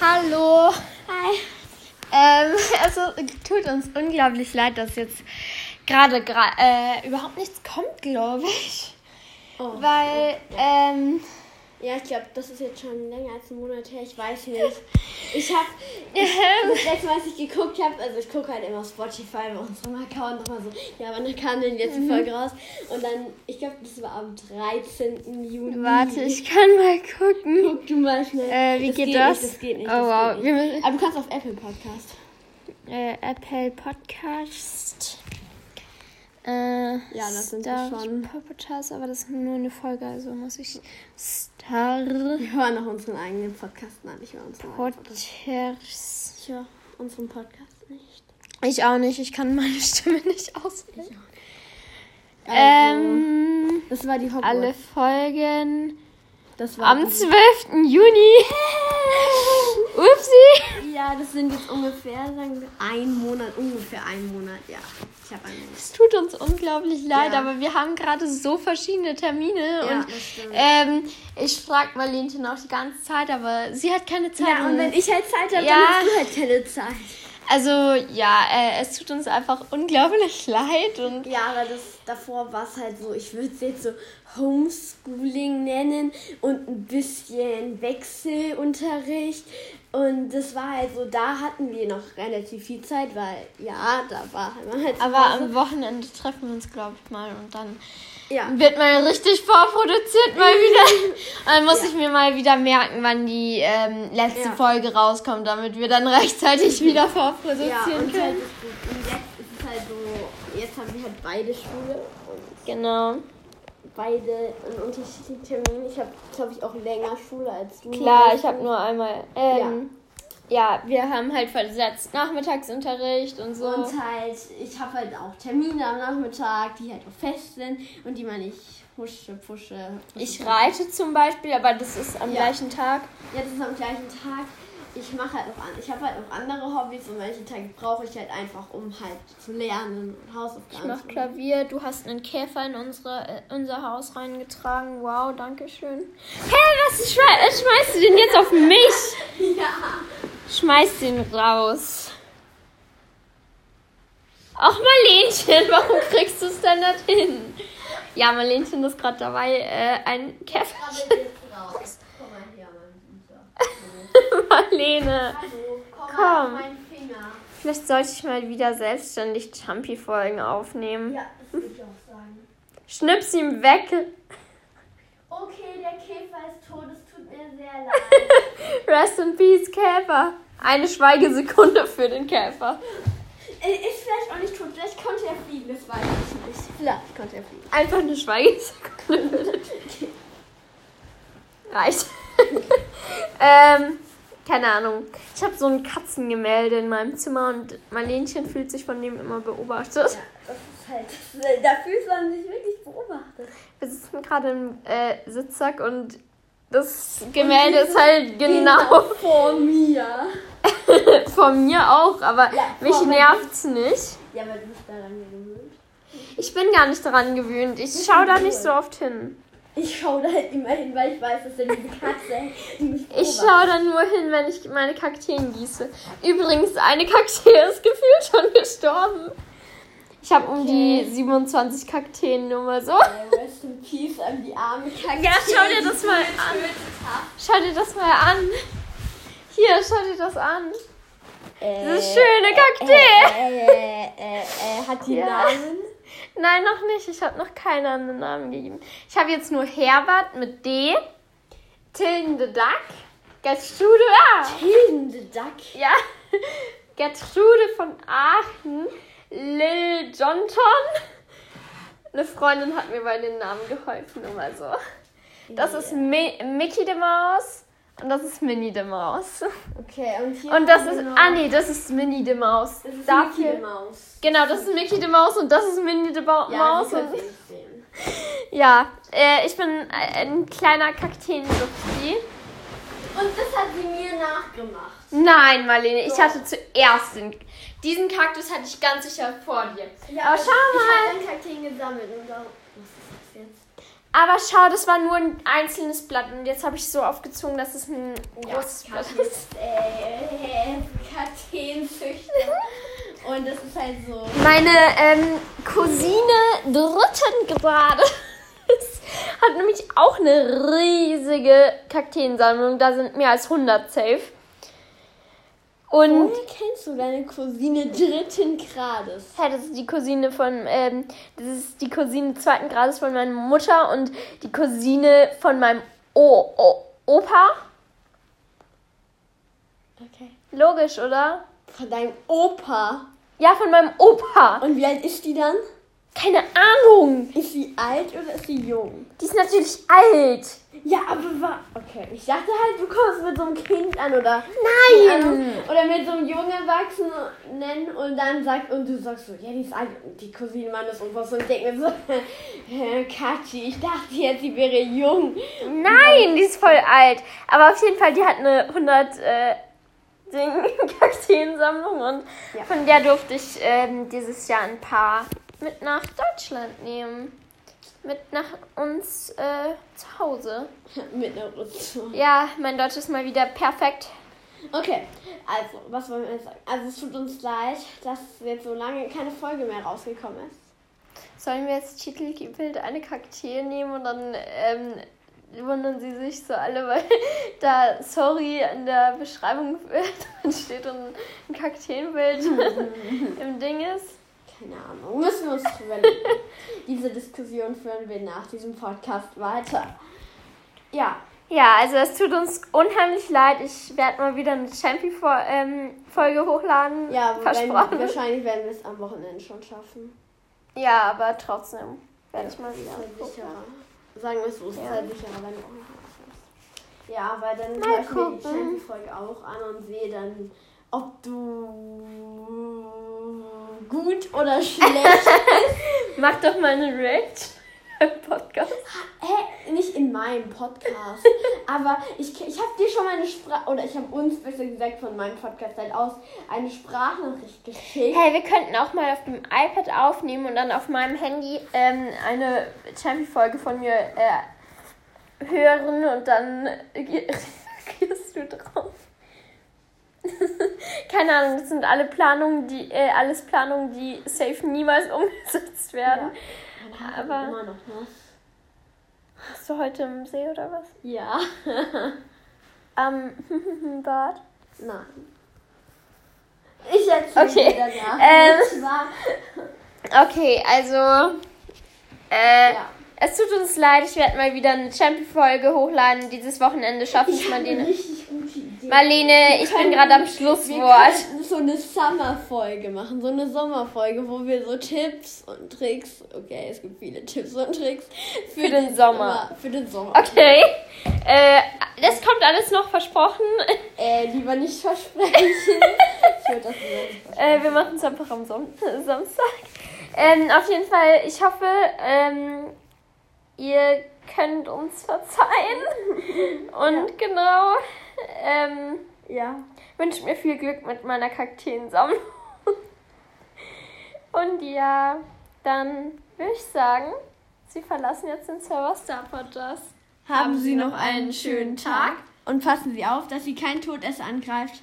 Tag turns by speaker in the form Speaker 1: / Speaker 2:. Speaker 1: Hallo.
Speaker 2: Hi.
Speaker 1: Ähm, also tut uns unglaublich leid, dass jetzt gerade gra- äh, überhaupt nichts kommt, glaube ich.
Speaker 2: Oh.
Speaker 1: Weil, ähm,
Speaker 2: Ja, ich glaube, das ist jetzt schon länger als ein Monat her. Ich weiß nicht. Ich habe das letzte Mal, als ich geguckt habe, also ich gucke halt immer auf Spotify bei unserem Account nochmal so, ja, wann kam denn die letzte
Speaker 1: Mhm.
Speaker 2: Folge raus? Und dann, ich glaube, das war am 13. Juni.
Speaker 1: warte, ich kann mal gucken.
Speaker 2: Guck du mal schnell.
Speaker 1: Äh, wie
Speaker 2: das
Speaker 1: geht,
Speaker 2: geht
Speaker 1: das?
Speaker 2: Nicht, das geht nicht.
Speaker 1: Oh
Speaker 2: das
Speaker 1: wow.
Speaker 2: Geht
Speaker 1: Wir
Speaker 2: nicht.
Speaker 1: müssen,
Speaker 2: Aber du kannst auf Apple Podcast.
Speaker 1: äh, Apple Podcast. Äh,
Speaker 2: Ja, das sind wir
Speaker 1: Star
Speaker 2: schon.
Speaker 1: Podcast, aber das ist nur eine Folge, also muss ich Star
Speaker 2: Wir hören auch unseren eigenen Podcast. Nein, ich höre unseren eigenen Podcast.
Speaker 1: Podcast.
Speaker 2: Ich höre unseren Podcast nicht.
Speaker 1: Ich auch nicht, ich kann meine Stimme nicht auswählen.
Speaker 2: Also,
Speaker 1: ähm,
Speaker 2: das war die Hogwarts.
Speaker 1: alle Folgen
Speaker 2: Das war
Speaker 1: am 12. Juni. Upsi.
Speaker 2: Ja, das sind jetzt ungefähr, sagen wir, ein Monat, ungefähr ein Monat, ja. Ich habe einen Monat.
Speaker 1: Es tut uns unglaublich leid,
Speaker 2: Ja.
Speaker 1: aber wir haben gerade so verschiedene Termine
Speaker 2: Ja,
Speaker 1: und
Speaker 2: das stimmt.
Speaker 1: ähm, ich frage Marlenchen auch die ganze Zeit, aber sie hat keine Zeit.
Speaker 2: Ja, und wenn ich halt Zeit habe,
Speaker 1: Ja.
Speaker 2: dann hast du halt keine Zeit.
Speaker 1: also ja, äh, es tut uns einfach unglaublich leid und
Speaker 2: Ja, aber das davor war es halt so, ich würde es jetzt so Homeschooling nennen und ein bisschen Wechselunterricht. Und das war halt so, da hatten wir noch relativ viel Zeit, weil ja, da war man halt. zu
Speaker 1: aber
Speaker 2: Hause.
Speaker 1: am Wochenende treffen wir uns, glaube ich, mal und dann
Speaker 2: ja.
Speaker 1: Wird mal richtig vorproduziert, mal wieder. Und Dann muss ich mir mal wieder merken, wann die ähm, letzte
Speaker 2: Ja.
Speaker 1: Folge rauskommt, damit wir dann rechtzeitig wieder vorproduzieren
Speaker 2: Ja, und, halt,
Speaker 1: können.
Speaker 2: und jetzt ist es halt so, jetzt haben wir halt beide Schule und
Speaker 1: Genau.
Speaker 2: beide in unterschiedlichen Terminen. Ich habe, glaube ich, auch länger Schule als du.
Speaker 1: Klar, ich habe nur einmal. Ähm, ja. wir haben halt versetzt Nachmittagsunterricht und so.
Speaker 2: Und halt, ich habe halt auch Termine am Nachmittag, die halt auch fest sind und die man nicht husche, pushe. pushe.
Speaker 1: ich reite zum Beispiel, aber das ist am
Speaker 2: Ja.
Speaker 1: gleichen Tag.
Speaker 2: Jetzt ist am gleichen Tag. Ich mache halt noch an, ich habe halt noch andere Hobbys und manche Tage brauche ich halt einfach, um halt zu lernen und
Speaker 1: Ich
Speaker 2: Hausaufgaben
Speaker 1: mach
Speaker 2: zu machen.
Speaker 1: Klavier, du hast einen Käfer in unsere, äh, unser Haus reingetragen. Wow, danke schön. Hey, was schme äh, schmeißt du denn jetzt auf mich?
Speaker 2: Ja.
Speaker 1: Schmeiß den raus. Auch Marlenchen, warum kriegst du es denn nicht hin? Ja, Marlenchen ist gerade dabei, äh, ein Käferchen.
Speaker 2: Komm mal her, mein Süßer.
Speaker 1: Marlene.
Speaker 2: Hallo, komm,
Speaker 1: Komm.
Speaker 2: mal auf meinen Finger.
Speaker 1: Vielleicht sollte ich mal wieder selbstständig Champi-Folgen aufnehmen.
Speaker 2: Ja, das würde ich auch sagen.
Speaker 1: Schnips ihm weg.
Speaker 2: Okay, der Käfer ist tot, es tut mir sehr leid.
Speaker 1: Rest in peace, Käfer. Eine Schweigesekunde für den Käfer.
Speaker 2: Er Äh, ist vielleicht auch nicht tot, vielleicht konnte er fliegen, das weiß ich nicht. Vielleicht konnte er fliegen.
Speaker 1: Einfach eine Schweigesekunde für den Reicht. ähm, keine Ahnung. Ich habe so ein Katzengemälde in meinem Zimmer und Marlenchen fühlt sich von dem immer beobachtet.
Speaker 2: Ja, das ist halt, das ist, halt- da fühlt man sich wirklich beobachtet.
Speaker 1: Wir sitzen gerade im äh, Sitzsack und das Gemälde ist halt genau
Speaker 2: vor mir.
Speaker 1: von mir auch, aber
Speaker 2: Ja,
Speaker 1: mich
Speaker 2: vor mir.
Speaker 1: nervt's nicht.
Speaker 2: Ja, weil du bist daran gewöhnt.
Speaker 1: Ich bin gar nicht daran gewöhnt. Ich schaue da nicht so oft hin.
Speaker 2: Ich schaue da halt immer hin, weil ich weiß, dass er diese Katze die mich
Speaker 1: Ich
Speaker 2: beobachtet.
Speaker 1: schaue dann nur hin, wenn ich meine Kakteen gieße. Übrigens, eine Kaktee ist gefühlt schon gestorben. Ich habe um die 27 Kakteen nur mal so.
Speaker 2: Äh, Rest in Peace an die arme Katze.
Speaker 1: Ja, schau dir das mal an. Schau dir das mal an. Hier, schau dir das an.
Speaker 2: Äh,
Speaker 1: Diese schöne Kakteen.
Speaker 2: Äh, äh, äh, äh, hat die
Speaker 1: Ja.
Speaker 2: Namen?
Speaker 1: Nein, noch nicht. Ich habe noch keinen anderen Namen gegeben. Ich habe jetzt nur Herbert mit D. Tilde Duck. Gertrude ah. A.
Speaker 2: Hilde Duck.
Speaker 1: Ja. Gertrude von Aachen, Lil Johnton. Eine Freundin hat mir bei den Namen geholfen, immer so. Das ist Mi Mickey de Maus und das ist Minnie de Maus.
Speaker 2: Okay, und hier.
Speaker 1: Und das
Speaker 2: haben
Speaker 1: ist,
Speaker 2: wir noch-
Speaker 1: ah nee, das ist Minnie de Maus.
Speaker 2: genau. Das ist Mickey
Speaker 1: Dafür,
Speaker 2: die Maus.
Speaker 1: genau, das ist Mickey de Maus und das ist Minnie de ba
Speaker 2: Ja,
Speaker 1: Maus.
Speaker 2: das
Speaker 1: Und,
Speaker 2: könnt ihr nicht sehen.
Speaker 1: ja, äh, ich bin ein kleiner Kakteen-Luxi.
Speaker 2: Und das hat sie mir nachgemacht.
Speaker 1: Nein, Marlene, ich
Speaker 2: So.
Speaker 1: hatte zuerst den, diesen Kaktus hatte ich ganz sicher vor dir.
Speaker 2: Ja,
Speaker 1: Aber schau
Speaker 2: Ich
Speaker 1: mal.
Speaker 2: habe dann Kakteen gesammelt und dann. Was ist das jetzt?
Speaker 1: Aber schau, das war nur ein einzelnes Blatt und jetzt habe ich so aufgezogen, dass es ein
Speaker 2: Ja,
Speaker 1: großes Blatt
Speaker 2: Katzen,
Speaker 1: ist.
Speaker 2: äh, Katheenzüchter. Und das ist halt so.
Speaker 1: Meine ähm, Cousine dritten Grades hat nämlich auch eine riesige Kakteensammlung. Da sind mehr als 100 safe. Und
Speaker 2: Woher kennst du deine Cousine dritten Grades?
Speaker 1: Ja, das ist die Cousine von, ähm, das ist die Cousine zweiten Grades von meiner Mutter und die Cousine von meinem o o Opa.
Speaker 2: Okay.
Speaker 1: Logisch, oder?
Speaker 2: Von deinem Opa.
Speaker 1: Ja, von meinem Opa.
Speaker 2: Und wie alt ist die dann?
Speaker 1: Keine Ahnung.
Speaker 2: Ist sie alt oder ist sie jung?
Speaker 1: Die ist natürlich alt.
Speaker 2: Ja, aber war. Okay. Ich dachte halt, du kommst mit so einem Kind an oder.
Speaker 1: Nein.
Speaker 2: keine Ahnung, Oder mit so einem jungen Erwachsenen und dann sagt. Und du sagst so, ja, die ist alt. Und die Cousine meines Opas. Und ich denke mir so, äh, Katschi, ich dachte jetzt, sie wäre jung.
Speaker 1: Nein, die ist voll alt. Aber auf jeden Fall, die hat eine 100 äh, Ding- Kakteensammlung und
Speaker 2: Ja.
Speaker 1: von der durfte ich ähm, dieses Jahr ein paar mit nach Deutschland nehmen. Mit nach uns äh, zu Hause.
Speaker 2: mit einer Rutschung.
Speaker 1: Ja, mein Deutsch ist mal wieder perfekt.
Speaker 2: Okay, also, was wollen wir jetzt sagen? Also, es tut uns leid, dass jetzt so lange keine Folge mehr rausgekommen ist.
Speaker 1: Sollen wir jetzt Titelbild eine Kakteen nehmen und dann ähm, wundern sie sich so alle, weil da sorry in der Beschreibung drin steht und ein Kakteenbild im Ding ist?
Speaker 2: Keine Ahnung, müssen wir uns drüber überlegen. Diese Diskussion führen wir nach diesem Podcast weiter. Ja,
Speaker 1: Ja, also es tut uns unheimlich leid. Ich werde mal wieder eine Champion-Folge hochladen.
Speaker 2: ja, aber wenn,
Speaker 1: versprochen.
Speaker 2: wahrscheinlich werden wir es am Wochenende schon schaffen.
Speaker 1: ja, aber trotzdem werde ich mal
Speaker 2: Ist
Speaker 1: wieder.
Speaker 2: halt
Speaker 1: hochladen.
Speaker 2: sicherer. Sagen wir es so, es ist
Speaker 1: Ja.
Speaker 2: halt sicherer, wenn du auch noch hast. Ja, weil dann
Speaker 1: Mal
Speaker 2: höre ich mir die
Speaker 1: gucken.
Speaker 2: Champion-Folge auch an und sehe dann, ob du gut oder schlecht
Speaker 1: Mach doch mal eine Reaction im Podcast.
Speaker 2: Hä? Nicht in meinem Podcast. aber ich, ich habe dir schon mal eine Sprache, oder ich habe uns besser gesagt von meinem Podcast halt aus, eine Sprachnachricht geschickt.
Speaker 1: Hey, wir könnten auch mal auf dem iPad aufnehmen und dann auf meinem Handy ähm, eine Champion-Folge von mir äh, hören und dann ge- reagierst du drauf. Keine Ahnung, das sind alle Planungen, die äh, alles Planungen, die safe niemals umgesetzt werden.
Speaker 2: Mein Haar
Speaker 1: aber-
Speaker 2: kommt Immer noch, ne?
Speaker 1: Bist du heute im See oder was?
Speaker 2: Ja.
Speaker 1: Am Bad?
Speaker 2: Nein. Ich erzähle
Speaker 1: Okay,
Speaker 2: dir danach.
Speaker 1: ähm,
Speaker 2: Und zwar,
Speaker 1: Okay, also äh,
Speaker 2: ja.
Speaker 1: es tut uns leid, ich werde mal wieder eine Champion-Folge hochladen. Dieses Wochenende schaffe ich
Speaker 2: Ich
Speaker 1: mal
Speaker 2: habe
Speaker 1: den
Speaker 2: eine richtig gute Idee.
Speaker 1: Marlene, ich bin gerade am Schlusswort.
Speaker 2: Wir könnten so eine Summer-Folge machen, so eine Sommerfolge, wo wir so Tipps und Tricks, okay, es gibt viele Tipps und Tricks
Speaker 1: Für den Sommer.
Speaker 2: Für den Sommer.
Speaker 1: Okay. Äh, das kommt alles noch versprochen.
Speaker 2: Äh, lieber nicht versprechen. ich würde das lieber nicht versprechen.
Speaker 1: Äh, wir machen es einfach am Son Samstag. Ähm, auf jeden Fall, ich hoffe, ähm, ihr könnt uns verzeihen. Und genau, ähm,
Speaker 2: Ja.
Speaker 1: wünscht mir viel Glück mit meiner Kakteensammlung. Und ja, dann würde ich sagen, sie verlassen jetzt den Server Star Podcast.
Speaker 2: Haben Sie noch einen schönen Tag und passen Sie auf, dass Sie kein Todesser angreift.